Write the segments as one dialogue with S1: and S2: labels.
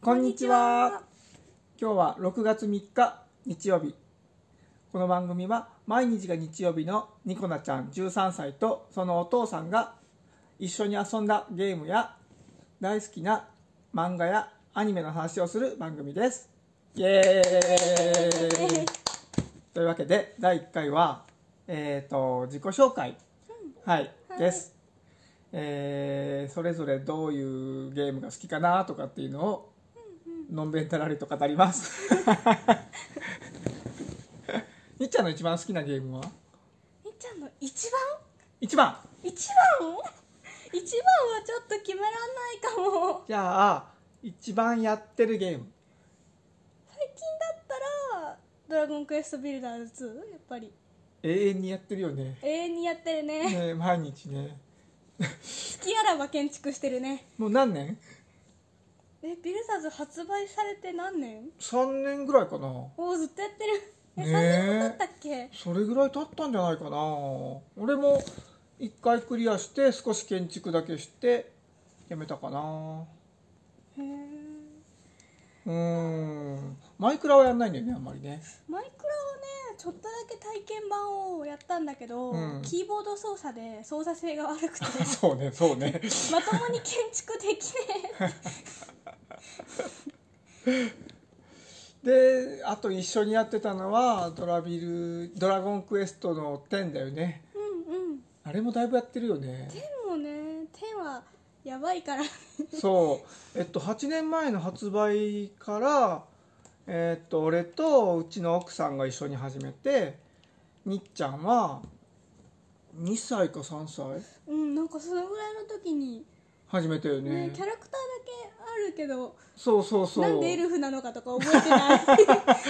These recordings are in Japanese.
S1: こんにちは。今日は6月3日日曜日。この番組は毎日が日曜日のニコナちゃん13歳とそのお父さんが一緒に遊んだゲームや大好きな漫画やアニメの話をする番組です。イエーイというわけで第1回は、えー、と自己紹介、はい
S2: はい
S1: です、えーそれぞれどういうゲームが好きかなとかっていうのをのんべんたらりと語ります みっちゃんの一番好きなゲームは
S2: みっちゃんの一番
S1: 一番
S2: 一番一番はちょっと決めらんないかも
S1: じゃあ一番やってるゲーム
S2: 最近だったら「ドラゴンクエストビルダーズ2」やっぱり
S1: 永遠にやってるよね
S2: 永遠にやってるね
S1: ね毎日ね
S2: 好きあらば建築してるね
S1: もう何年
S2: えビルダーズ発売されて何年
S1: ?3 年ぐらいかな
S2: おおずっとやってるえ、
S1: ね
S2: 3年も経ったっけ
S1: それぐらい経ったんじゃないかな俺も一回クリアして少し建築だけしてやめたかな
S2: へー
S1: うーんマイクラはやんないんだよねあんまりね
S2: マイクラはねちょっとだけ体験版をやったんだけど、
S1: うん
S2: キーボード操作で操作性が悪くて
S1: そうねそうね
S2: まともに建築できねえ
S1: であと一緒にやってたのはドラビル「ドラゴンクエスト」の10だよね
S2: うんうん
S1: あれもだいぶやってるよね
S2: 天もね天はやばいから
S1: そうえっと8年前の発売からえっと俺とうちの奥さんが一緒に始めてにっちゃんは2歳か3歳
S2: うんなんかそのぐらいの時に
S1: 始めたよ
S2: ね
S1: ね
S2: キャラクターだけあるけど
S1: そうそうそう
S2: なんでエルフなのかとか覚えてない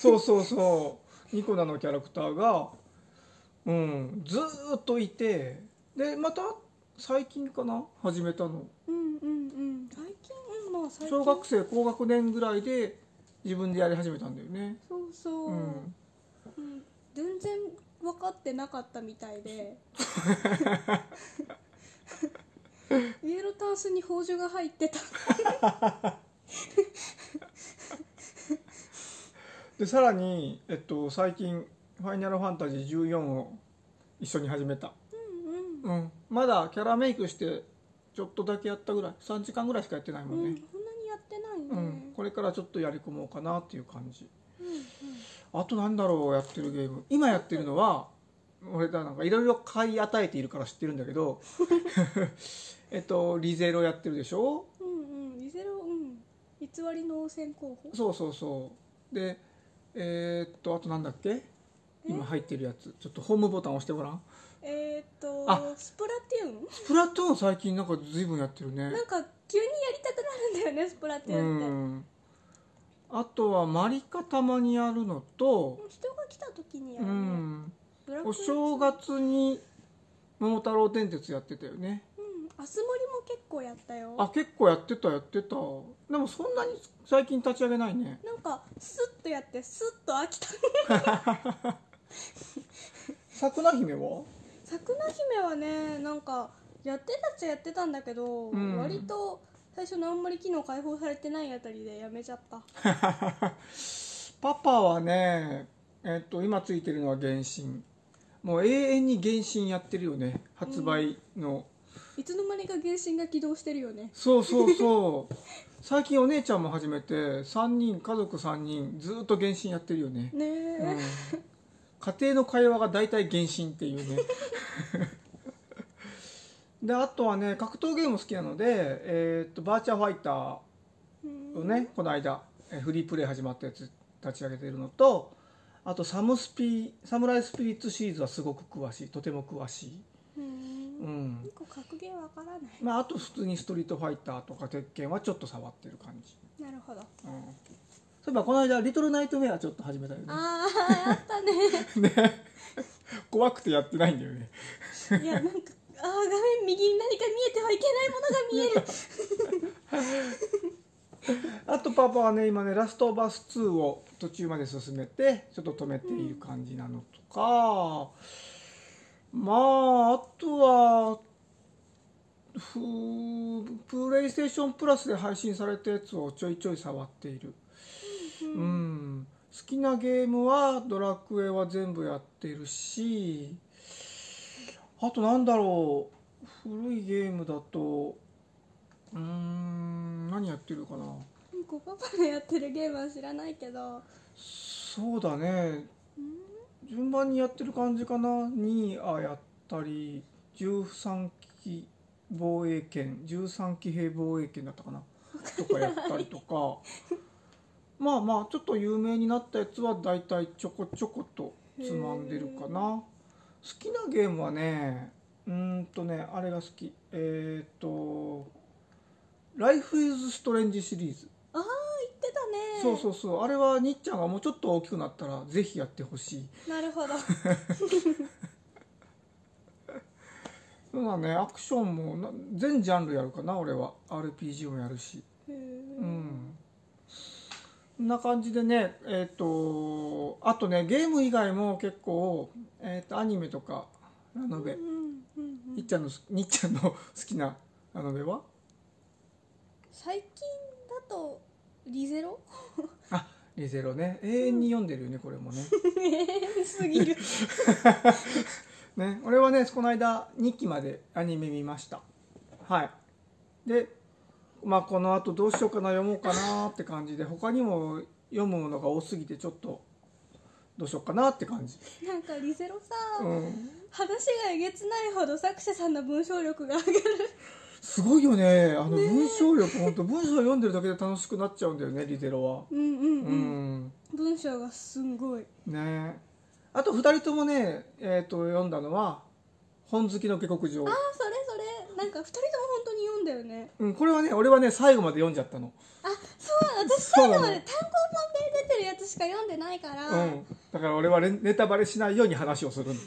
S2: そう
S1: そうそうそうニコナのキャラクターがうんずーっといてでまた最近かな始めたの
S2: うんうんうん最近うんまあ最近
S1: 小学生高学年ぐらいで自分でやり始めたんだよね
S2: そうそう、
S1: うん
S2: うん全然分かってなかったみた いでイエロータンスに宝珠が入ってた
S1: でさらに、えっと、最近「ファイナルファンタジー14」を一緒に始めた、
S2: うんうん
S1: うん、まだキャラメイクしてちょっとだけやったぐらい3時間ぐらいしかやってない
S2: うん、そ
S1: も
S2: ん
S1: ん
S2: な
S1: ね、
S2: にやってないね、
S1: うんこれからちょっとやり込もうかなっていう感じ
S2: うんうん
S1: あとなんだろうやってるゲーム今やってるのは俺だなんかいろいろ買い与えているから知ってるんだけ どえっとリゼロやってるでしょ
S2: うんうんリゼロうん偽りの応戦候補
S1: そうそうそうでえーっとあとなんだっけ今入ってるやつちょっとホームボタン押してごらん
S2: えーっ
S1: あ
S2: とスプラテューン
S1: スプラトゥーン最近なんか随分やってるね
S2: なんか急にやりたくなるんだよねスプラテュ
S1: う
S2: ーンって、
S1: んあとはマリカたまにやるのと
S2: 人が来た時にや
S1: う
S2: るね、
S1: ん
S2: ブラック
S1: お
S2: エイジ
S1: 正月に桃太郎電鉄やってたよね
S2: うんアスモリも結構やったよ
S1: あ結構やってたやってたでもそんなに最近立ち上げないね
S2: なんかスッとやってスッと飽きた
S1: 桜姫は
S2: 桜姫はねなんかやってたっちゃやってたんだけど、
S1: うん
S2: 割と最初のあんまり機能解放されてないあたりでやめちゃった
S1: パパはねえっと今ついてるのは原神もう永遠に原神やってるよね発売の、
S2: いつの間にか原神が起動してるよね
S1: そうそうそう 最近お姉ちゃんも始めて3人家族3人ずっと原神やってるよね、
S2: ねえ、
S1: うん、家庭の会話が大体原神っていう ねであとはね格闘ゲーム好きなので、えーっとバーチャファイター
S2: うん
S1: をねこの間えーフリープレイ始まったやつ立ち上げてるのとあとサムスピサムライスピリッツシリーズはすごく詳しいとても詳しい、
S2: うん
S1: うん、
S2: 結構格ゲーわからない
S1: まあ、あと普通にストリートファイターとか鉄拳はちょっと触ってる感じ、
S2: なるほど
S1: うん、そういえばこの間「リトルナイトメア」ちょっと始めたよね
S2: あああったね
S1: 怖くてやってないんだよね
S2: いやなんかああ画面右に何か見えてはいけないものが見える
S1: あとパパはね今ね「ラストバス2」を途中まで進めてちょっと止めている感じなのとか、まああとはふープレイステーションプラスで配信されたやつをちょいちょい触っているうん好きなゲームは「ドラクエ」は全部やってるしあとなんだろう古いゲームだとうーん何やってるかな
S2: こパパのやってるゲームは知らないけど
S1: そうだね順番にやってる感じかな2あやったり13期防衛圏13騎兵防衛圏だったかなとかやったりとかまあまあちょっと有名になったやつは大体ちょこちょことつまんでるかな好きなゲームはねうーんとねあれが好きえっ、と「Life is Strange」シリーズ
S2: ああ言ってたね
S1: そうそうそうあれはにっちゃんがもうちょっと大きくなったらぜひやってほしい
S2: なるほ ど
S1: そうだねアクションもな全ジャンルやるかな俺は RPG もやるし
S2: う
S1: うんんこんな感じでねえっ、とあとねゲーム以外も結構、えー、とアニメとかラノベ、
S2: うんうんう
S1: にっ
S2: ん
S1: ちゃんのすにっちゃんの好きなラノベは
S2: 最近だとリゼ ロ
S1: あリゼロね永遠に読んでるよねこれもね
S2: ええすぎる
S1: ね俺はねこの間2期までアニメ見ましたはいでまあこのあとどうしようかな読もうかなって感じで他にも読むものが多すぎてちょっとどうしようかなって感じ
S2: なんかリゼロさ、
S1: うん
S2: 話がえげつないほど作者さんの文章力が上がる
S1: すごいよねあの文章力本当文章読んでるだけで楽しくなっちゃうんだよねリゼロは
S2: うんう
S1: う
S2: んうん、
S1: ん
S2: 文章がすんごい
S1: ねあと2人ともねえっ、と読んだのは本好きの下克上
S2: ああそれそれなんか二人とも本当に読んだよね
S1: うんこれはね俺はね最後まで読んじゃったの
S2: あそうなの私
S1: そう
S2: 最
S1: なの
S2: 後まで単行本で出てるやつしか読んでないから、
S1: うん、だから俺はレネタバレしないように話をするんだ、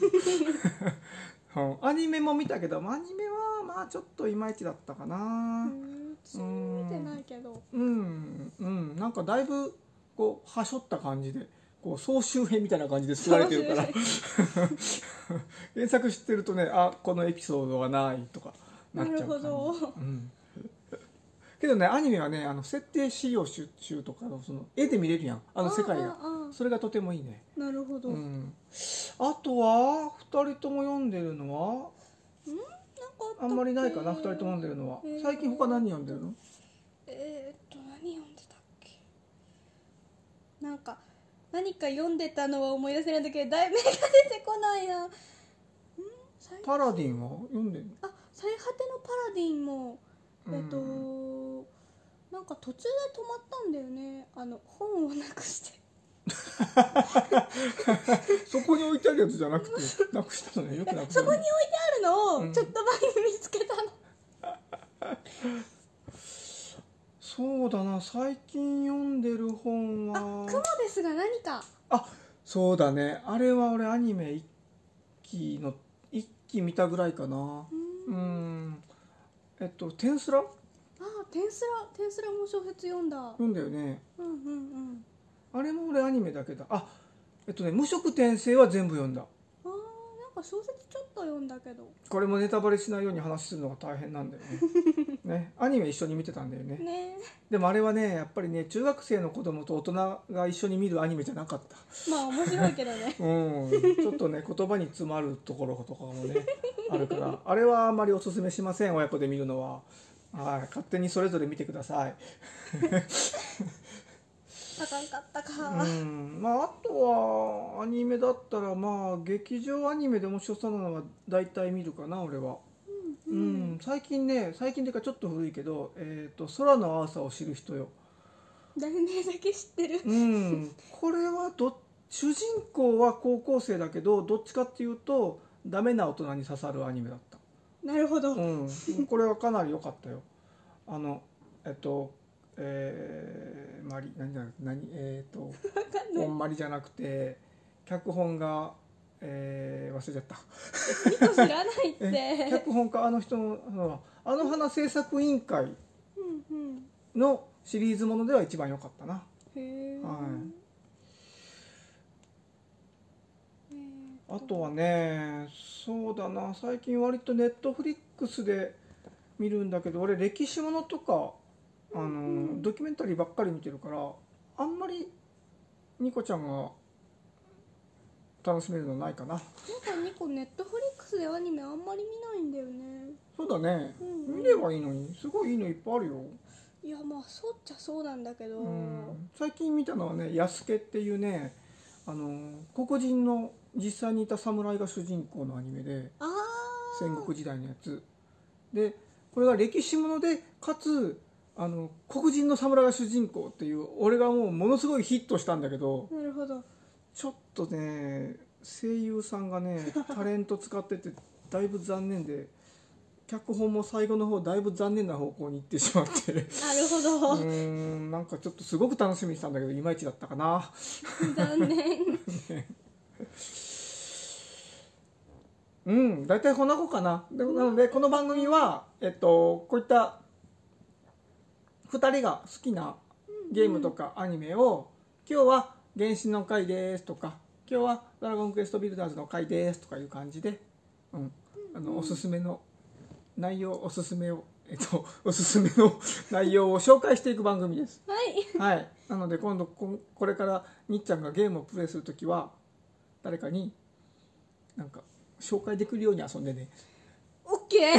S1: うん、アニメも見たけどアニメはまあちょっといまいちだったか
S2: う
S1: なん
S2: 私も見てないけど
S1: うんうんなんかだいぶこうはしょった感じでこう総集編みたいな感じで作られてる から原作知ってるとねあこのエピソードがないとかなっ
S2: な
S1: ちゃう
S2: る
S1: 感
S2: ほ
S1: じ
S2: ど
S1: うん、けどねアニメはねあの設定資料集集とかのその絵で見れるやんあの世界が
S2: ああ
S1: それがとてもいいね
S2: あなるほど、
S1: う
S2: なんか
S1: ん、あとは2人とも読んでるのは
S2: ったっけ
S1: あんまりないかな2人とも読んでるのは
S2: えー
S1: 最近他何読んでるの
S2: えー、っと何読んでたっけなんか何か読んでたのは思い出せないんだけど題名が出てこないなうん最
S1: パラディンは読んでる
S2: あ最果てのパラディンも
S1: うん
S2: えっと、なんか途中で止まったんだよねあの本をなくして
S1: そこに置いてあるやつじゃなくてなくしたのねよくなくした
S2: そ
S1: の
S2: こに
S1: ね
S2: 置いてある
S1: う
S2: の
S1: ん
S2: をちょっと前に見つけたの、
S1: そうだな最近読んでる本
S2: あ
S1: は
S2: 雲ですが何か
S1: あそうだねあれは俺アニメ1期の1期見たぐらいかな
S2: うん
S1: うんえっと「天スラ」
S2: あ天すら天すらも小説読んだ
S1: 読んだよね
S2: うんうんうん
S1: あれも俺アニメだけだあえっとね「無職転生」は全部読んだ
S2: あーなんか小説ちょっと読んだけど
S1: これもネタバレしないように話するのが大変なんだよねねアニメ一緒に見てたんだよね
S2: ね
S1: でもあれはねやっぱりね中学生の子供と大人が一緒に見るアニメじゃなかっ
S2: まあ面白いけどね
S1: たうんちょっとね言葉に詰まるところとかもねあるからあれはあんまりおすすめしません親子で見るのははい勝手にそれぞれ見てください
S2: あかんかったか、
S1: うんまああとはアニメだったらまあ劇場アニメで面白そうなのは大体見るかな俺はうん、最近ね最近というかちょっと古いけど「えー、と空の青さを知る人よ
S2: 題名だけ知ってる」
S1: うんこれはど主人公は高校生だけどどっちかっていうとダメな大人に刺さるアニメだった
S2: なるほど、
S1: うん、これはかなり良かったよ。あの、えっと、えー、マリ、何だ、何、えー、と、ほんまりじゃなくて、脚本が、えー、忘れちゃった。
S2: 一個知らない っ
S1: え
S2: て
S1: 脚本家、あの人の、あのあの花制作委員会
S2: うんうん
S1: のシリーズものでは一番良かったな。
S2: へえ、
S1: はい
S2: えー
S1: あとはね、そうだな、最近割とネットフリックスで、見るんだけど俺歴史ものとかあの、
S2: ん
S1: ドキュメンタリーばっかり見てるからあんまりニコちゃんが楽しめるのないかな
S2: なんかニコネットフリックスでアニメあんまり見ないんだよね
S1: そうだね、
S2: うん
S1: 見ればいいのにすごいいいのいっぱいあるよ、
S2: いやまあそうっちゃそうなんだけど、
S1: うん、最近見たのはね安助っていうねあの黒人の実際にいた侍が主人公のアニメで
S2: ああ
S1: 戦国時代のやつでこれが歴史ものでかつあの黒人の侍が主人公っていう俺がもうものすごいヒットしたんだけど
S2: なるほど
S1: ちょっとね声優さんがねタレント使っててだいぶ残念で脚本も最後の方だいぶ残念な方向に行ってしまって
S2: なるほ
S1: う
S2: ど、
S1: ーんなんかちょっとすごく楽しみにしたんだけどいまいちだったかな
S2: 残念
S1: うん大体こんな子かなでなのでこの番組は、えっと、こういった2人が好きなゲームとかアニメを「今日は原神の回です」とか「今日はドラゴンクエストビルダーズの回です」とかいう感じで、うん、あのおすすめの内容おすすめを、えっと、 おすすめの内容を紹介していく番組です。
S2: はい
S1: はい、なので今度ここれからにっちゃんがゲームをプレイするときは誰かになんか紹介できるように遊んでね
S2: オッケー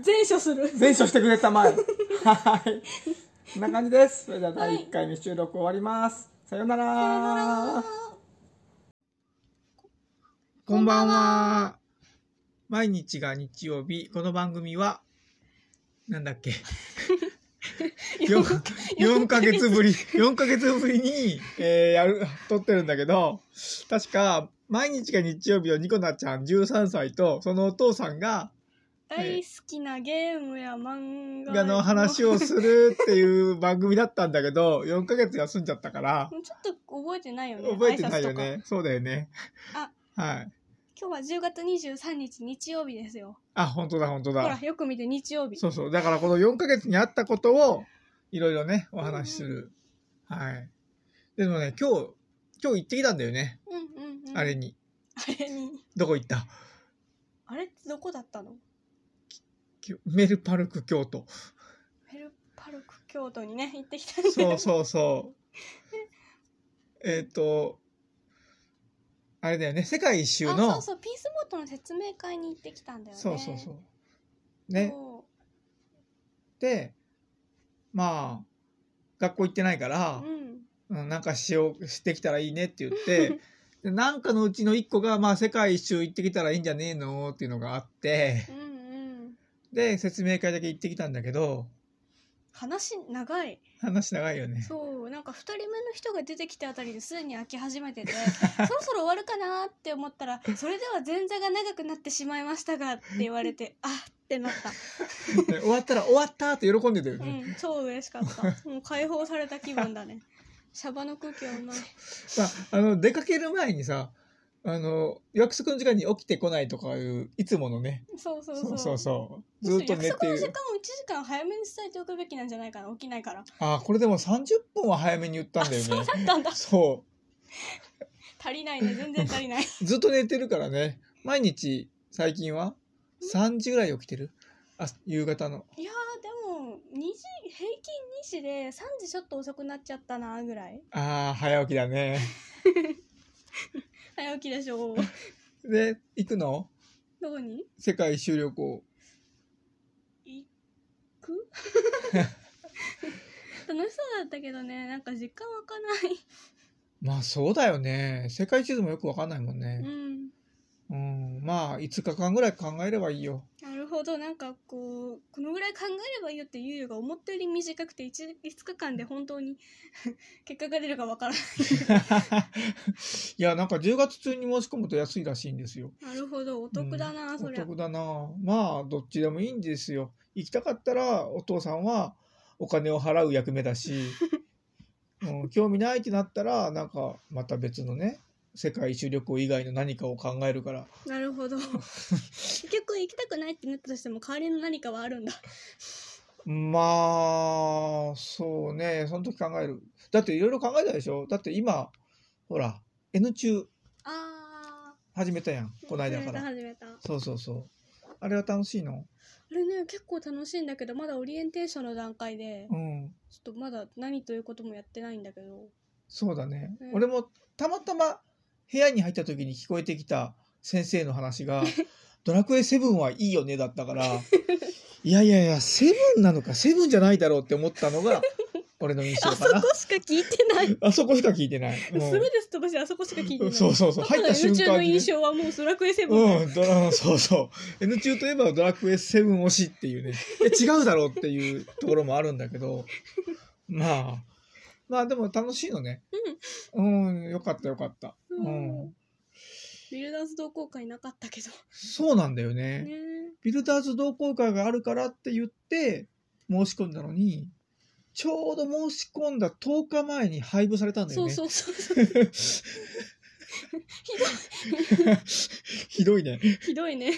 S2: 全処する
S1: 全勝してくれたま えはいこんな感じですそれでは第1回目収録終わります、さようならこんばんは毎日が日曜日この番組はなんだっ け 4, ヶ月ぶり、4ヶ月ぶりに、えーやる、撮ってるんだけど、確か、毎日が日曜日のニコナちゃん13歳と、そのお父さんが、
S2: 大好きなゲームや漫画
S1: がの話をするっていう番組だったんだけど、4ヶ月休んじゃったから、
S2: もうちょっと覚えてないよね
S1: 覚えてないよ
S2: 挨拶とか
S1: ね。そうだよね。
S2: あ
S1: はい。
S2: 今日は10月23日日曜日ですよ
S1: あ、本当だ、本当
S2: ほら
S1: だ。
S2: よく見て日曜日
S1: そうそう。だからこの4ヶ月にあったことを、いろいろね、お話しする。はい。でもね、今日、今日行ってきたんだよね。
S2: うんうん、うん、
S1: あれに。
S2: あれに
S1: どこ行った
S2: あれってどこだったの
S1: きょメルパルク京都。
S2: ヘルパルク京都にね行ってきたんで
S1: そうそう そう。えっと、あれだよね、世界一周
S2: あそ
S1: の、
S2: うそうピースボートの説明会に行ってきたんだよね
S1: そうそうそう。ね、
S2: そう
S1: で、まあ、学校行ってないから、
S2: うん
S1: うんなんかしよう、してきたらいいねって言 って、でなんかのうちの一個が、まあ、世界一周行ってきたらいいんじゃねえのっていうのがあって
S2: う、んうん
S1: で、説明会だけ行ってきたんだけど、
S2: 話長い
S1: 話長いよね。
S2: そうなんか2人目の人が出てきたあたりですでに飽き始めてて そろそろ終わるかなって思ったら「それでは前座が長くなってしまいましたが」って言わ れてあってなった
S1: で終わったら、終わったって喜んでたよ
S2: う
S1: ね。
S2: ん超嬉しか ったもう解放された気分だねシャバの空気はうまい
S1: まあ、あの、出かける前にさ、あの、約束の時間に起きてこないとかいう、いつものね。
S2: そうそう
S1: そ
S2: そうう
S1: そうそう。ず
S2: む
S1: っ
S2: しろ
S1: と寝
S2: 約
S1: て
S2: 束の時間
S1: る
S2: を1。時間早めに伝えておくべきなんじゃないかな起きないから
S1: ああ、これでも30分は早めに言ったんだよ
S2: そう
S1: ね。
S2: だったんだ
S1: そ
S2: 足りないね全然足りない
S1: う。ずっと寝てるからね。毎日、最近は ?3 時ぐらい起きてるあ、夕方の。
S2: いやーでも2時平均2時で3時ちょっと遅くなっちゃったなぐらい
S1: ああ、早起きだね。
S2: 早起きでし ょう
S1: で、行くの
S2: どこに
S1: 世界一周旅行。
S2: 行く楽しそうだったけどねなんか実感湧かない
S1: まあそうだよね。世界地図もよくわかんないもん
S2: う
S1: ね。
S2: ん
S1: うん。まあ、5日間ぐらい考えればいいよ。
S2: なるほどなんかこうこのぐらい考えればいいよってゆうゆうが思ったより短くて 1, 日間で本当に 結果が出るかわからない
S1: いや、なんか10月中に申し込むと安いらしいんですよ。
S2: なるほどお得だな、
S1: うん
S2: そり
S1: お
S2: ゃ
S1: 得だな。まあ、どっちでもいいんですよ。行きたかったら、お父さんはお金を払う役目だ し、うん、興味ないってなったら、なんか、また別のね、世界一周旅行以外の何かを考えるから。
S2: なる ほど結局行きたくないってなったとしても代わりの何かはあるんだ
S1: まあ、そうね、その時考える。だっていろいろ考えたでしょだって今、ほら、N 中
S2: あ
S1: 始めたやん、
S2: ー
S1: こないだか
S2: 始
S1: ら。
S2: めた始めた
S1: そうそうそう。あれは楽しいの
S2: あれね結構楽しいんだけどまだオリエンテーションの段階で
S1: うん
S2: ちょっとまだ何ということもやってないんだけど
S1: そうだね、
S2: うん
S1: 俺もたまたま部屋に入った時に聞こえてきた先生の話 が「ドラクエ7はいいよね」だったからいやいやいや7なのか7じゃないだろうって思ったの が俺の印象
S2: あそ
S1: かな
S2: こしか聞いて ない
S1: あそこしか聞いてない、うん
S2: 全てすっ飛ばしてあそこしか聞いてない
S1: そうそうそう入った瞬
S2: だか
S1: 間
S2: ら N 中の
S1: にね
S2: 印象はもうドラクエセブン、
S1: うん、ドラそうそう。N 中といえばドラクエ7推しっていうね。え違うだろうっていうところもあるんだけど、まあ、まあでも楽しいのね。うん、よかったよかった。うん。
S2: うんビルダーズ同好会なかったけど
S1: そうなんだよね
S2: ね
S1: ビルダーズ同好会があるからって言って申し込んだのに、ちょうど申し込んだ10日前に配布されたんだよ
S2: そう
S1: ね。
S2: そうそうそう
S1: ひどいね。
S2: ひどいね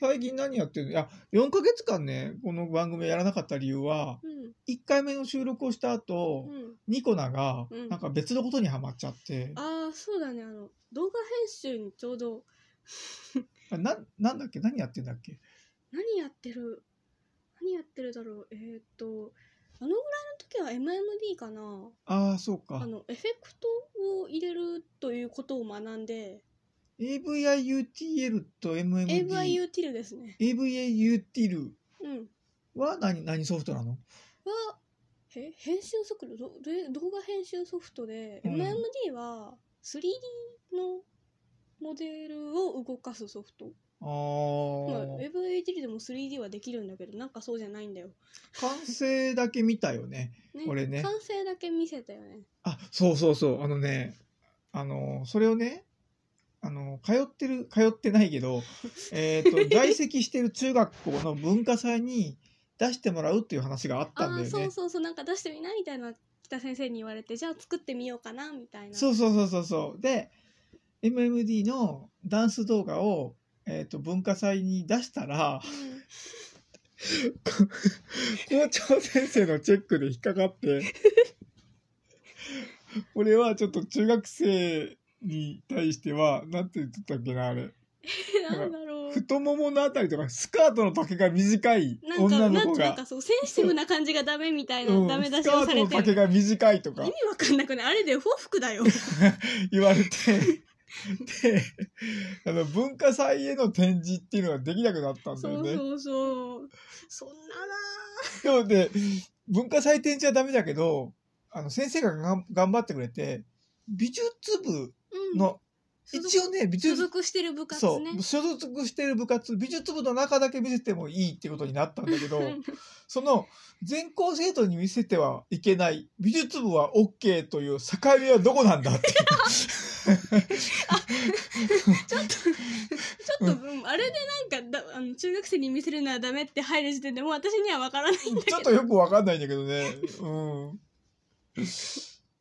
S1: 最近何やってるのいや、4ヶ月間ね、この番組をやらなかった理由は、
S2: うん
S1: 1回目の収録をした後、
S2: うん
S1: ニコナが
S2: うん
S1: なんか別のことにはまっちゃって、
S2: ああそうだねあの動画編集にちょうど
S1: あななんだっけ何やってんだっけ
S2: 何やってる何やってるだろうえーっとあのぐらいの時は MMD かな
S1: ああそう
S2: あ
S1: か
S2: のエフェクトを入れるということを学んで
S1: AVIUTL と MMD
S2: AVIU ティルですね
S1: AVIUTL
S2: うん
S1: は何何ソフトなの
S2: はへ編集速度どで動画編集ソフトで、
S1: うん
S2: MMD は 3D のモデルを動かすソフト、
S1: あ
S2: まあ、
S1: ー
S2: AVAT でも 3D はできるんだけどなんかそうじゃないんだよ、
S1: 完成だけ見たよね
S2: ね
S1: これね
S2: 完成だけ見せたよね
S1: あそうそうそうあのねあのそれをねあの通ってる通ってないけどえっ と在籍してる中学校の文化祭に出してもらうっていう話があったん
S2: あ
S1: だ
S2: あ
S1: よ
S2: ー
S1: ね
S2: そうそうそうなんか出してみなみたいな北先生に言われてじゃあ作ってみようかなみたいな
S1: そううそうそうそうそう。で、MMD のダンス動画を、えっ、と、文化祭に出したら、
S2: ん
S1: 校長先生のチェックで引っかかって、俺はちょっと中学生に対しては、なんて言ってたっけな、あれ。
S2: なんだろう
S1: 太もものあたりとか、スカートの丈が短い
S2: なんか
S1: 女の
S2: なん
S1: 子
S2: かなん
S1: が
S2: か、そうセンシティブな感じがダメみたいな、
S1: うん
S2: ダメ出
S1: ス
S2: し
S1: カー
S2: をさ
S1: ト
S2: れ
S1: の
S2: てる
S1: 丈が短いと
S2: 意
S1: か
S2: 味わかんなくないあれで報復だよ
S1: 言われて、で、あの、文化祭への展示っていうのができなくなったんだ
S2: そ
S1: よ
S2: う
S1: ね。
S2: そうそうそん
S1: で
S2: な
S1: もね、文化祭展示はダメだけど、あの、先生ががん頑張ってくれて、美術部
S2: なあうん
S1: の、一応ね、美
S2: 所
S1: 術、
S2: 属してる部活
S1: そ
S2: ね
S1: う、所属してる部活、美術部の中だけ見せてもいいってことになったんだけど、その、全校生徒に見せてはいけない、美術部は OK という境目はどこなんだっていう。
S2: ちょっと、うんあれでなんかだあの中学生に見せるのはダメって入る時点でもう私にはわからないんだけ
S1: ち
S2: ど
S1: ょっとよくわかんないんだけどね。うん。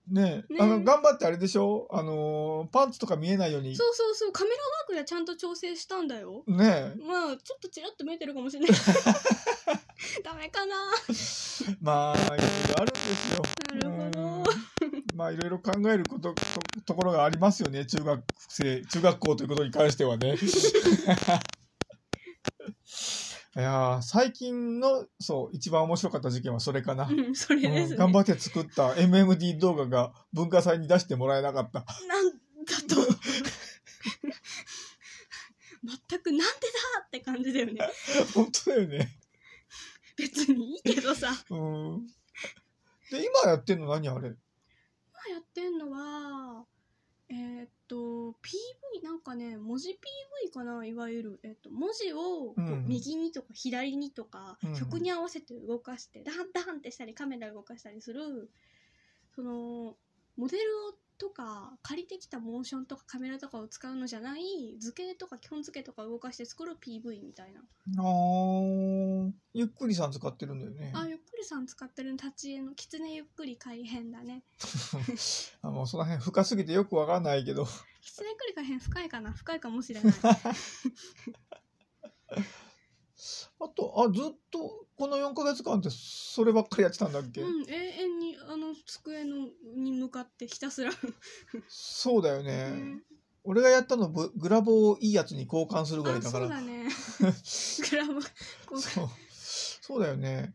S1: ねえ
S2: ねえ
S1: あの、頑張ってあれでしょあのーパンツとか見えないように。
S2: そうそうそうカメラワークがちゃんと調整したんだよ
S1: ね
S2: まあちょっとちらっと見えてるかもしれ ないダメかな
S1: え。まあ、いろいろあるんですよ。
S2: なるほど
S1: うんまあ、いろいろ考えること、とところがありますよね。中学生、中学校ということに関しては ね。いやー最近の、そう、一番面白かった事件はそれかな。
S2: うんそれ です
S1: う
S2: ね
S1: ん頑張って作った MMD 動画が文化祭に出してもらえなかった。
S2: なんだと 全くなんでだって感じだよね
S1: 本当だよね。
S2: 別にいいけどさ
S1: うん。で、今やってんの何あれ
S2: 今やってんのはえーっと PV なんかね文字 PV かないわゆる、えっと文字をこう
S1: うん
S2: 右にとか左にとか、
S1: うん
S2: 曲に合わせて動かしてダンダンってしたりカメラ動かしたりするそのモデルとか借りてきたモーションとかカメラとかを使うのじゃない図形とか基本図形とか動かして作る PV みたいな、
S1: あー、ゆっくりさん使ってるんだよね。
S2: あゆっくりさん使ってる立ち絵の「きつねゆっくり改編」だね
S1: あもうその辺深すぎてよくわかんないけど。
S2: きつねゆっくり改編深いかな深いかもしれない
S1: あと、あ、ずっとこの4ヶ月間ってそればっかりやってたんだっけ、
S2: うん、永遠にあの机のに向かってひたすら、
S1: そうだよね。
S2: ね
S1: 俺がやったのブグラボをいいやつに交換するぐらい
S2: あ
S1: だか
S2: そう
S1: ら
S2: だねグラボこう
S1: そうそうだよね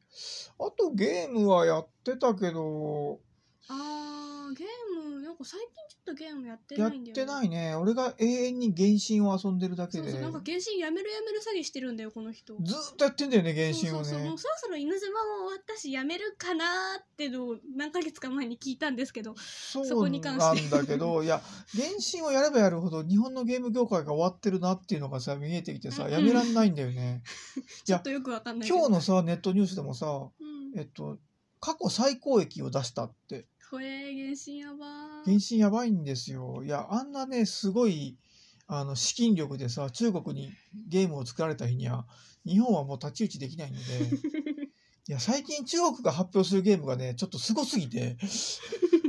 S1: あとゲームはやってたけど
S2: あーゲームなんか最近ちょっとゲームやって
S1: やっ
S2: ないんだよ
S1: てないいね俺が永遠に原神を遊んでるだけ
S2: そう
S1: で
S2: そうなんか原神やめるやめる詐欺してるんだよこの人
S1: ずーっとやってんだよね原神
S2: そ
S1: を
S2: うそうそうも
S1: ね
S2: うそろそろ稲妻も終わったしやめるかなーってのを何ヶ月か前に聞いたんですけど
S1: そ
S2: そこ
S1: う
S2: に関
S1: な
S2: し
S1: ん
S2: て
S1: だけどいや原神をやればやるほど日本のゲーム業界が終わってるなっていうのがさ見えてきてさ
S2: うん
S1: やめらんないんだよね
S2: ちょっとよくわかんないけど
S1: 今日のさネットニュースでもさ
S2: うん
S1: えっと過去最高益を出したって
S2: ほえー原神やばー
S1: 原神やばいんですよいやあんなねすごいあの資金力でさ中国にゲームを作られた日には日本はもう太刀打ちでき ないのでいや最近中国が発表するゲームがねちょっとすごすぎて、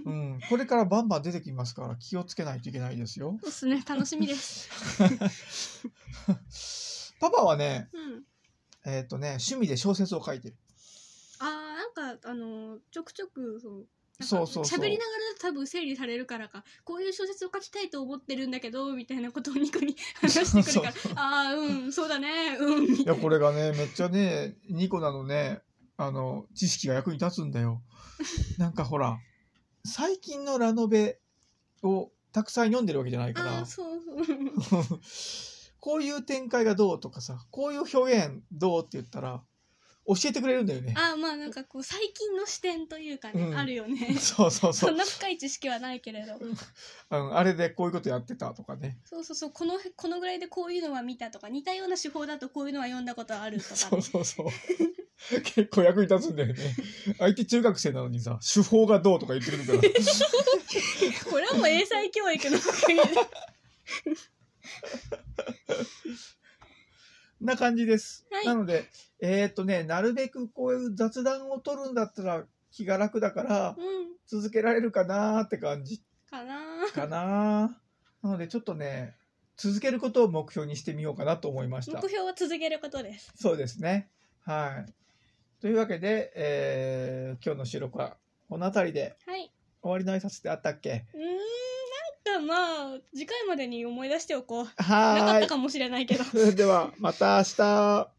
S1: うん、これからバンバン出てきますから気をつけないといけないですよ
S2: そうっすね楽しみです
S1: パパはね
S2: うん
S1: えっ、とね趣味で小説を書いてる
S2: あーなんかあのーちょくちょくそうなんか
S1: そうそうそう
S2: 喋りながら多分整理されるからかこういう小説を書きたいと思ってるんだけどみたいなことを ニコに話してくるから
S1: そうそう
S2: ああうんそうだねうんみ
S1: い
S2: た
S1: や
S2: いな
S1: これがねめっちゃねニコなのねあの知識が役に立つんだよなんかほら最近のラノベをたくさん読んでるわけじゃないか
S2: あ
S1: ら
S2: あそうそう
S1: こういう展開がどうとかさこういう表現どうって言ったら教えてくれるんだよね
S2: ああまあなんかこう最近の視点というかね、
S1: うん
S2: あるよね
S1: そうそうそ
S2: そん
S1: う
S2: な深い知識はないけれど
S1: うんあれでこういうことやってたとかね
S2: そうそうそうこのこのぐらいでこういうのは見たとか似たような手法だとこういうのは読んだことあるとかね、
S1: そうそうそう 結構役に立つんだよね相手中学生なのにさ手法がどうとか言ってくるから
S2: これはもう英才教育のお かげで
S1: な感じです。
S2: はい
S1: なので、えーっとね、なるべくこういう雑談を取るんだったら気が楽だから、
S2: うん
S1: 続けられるかなーって感じ
S2: かな
S1: かなー。なので、ちょっとね、続けることを目標にしてみようかなと思いまし
S2: 目
S1: た。
S2: 標は続けることです
S1: そうですね。はい。というわけで、えー今日の収録はこの辺りで
S2: はい
S1: 終わりの挨拶であったっけ
S2: うーんなんかまあ次回までに思い出しておこうな
S1: は
S2: か
S1: ー
S2: った
S1: い。
S2: かもしれないけど
S1: では、また明日。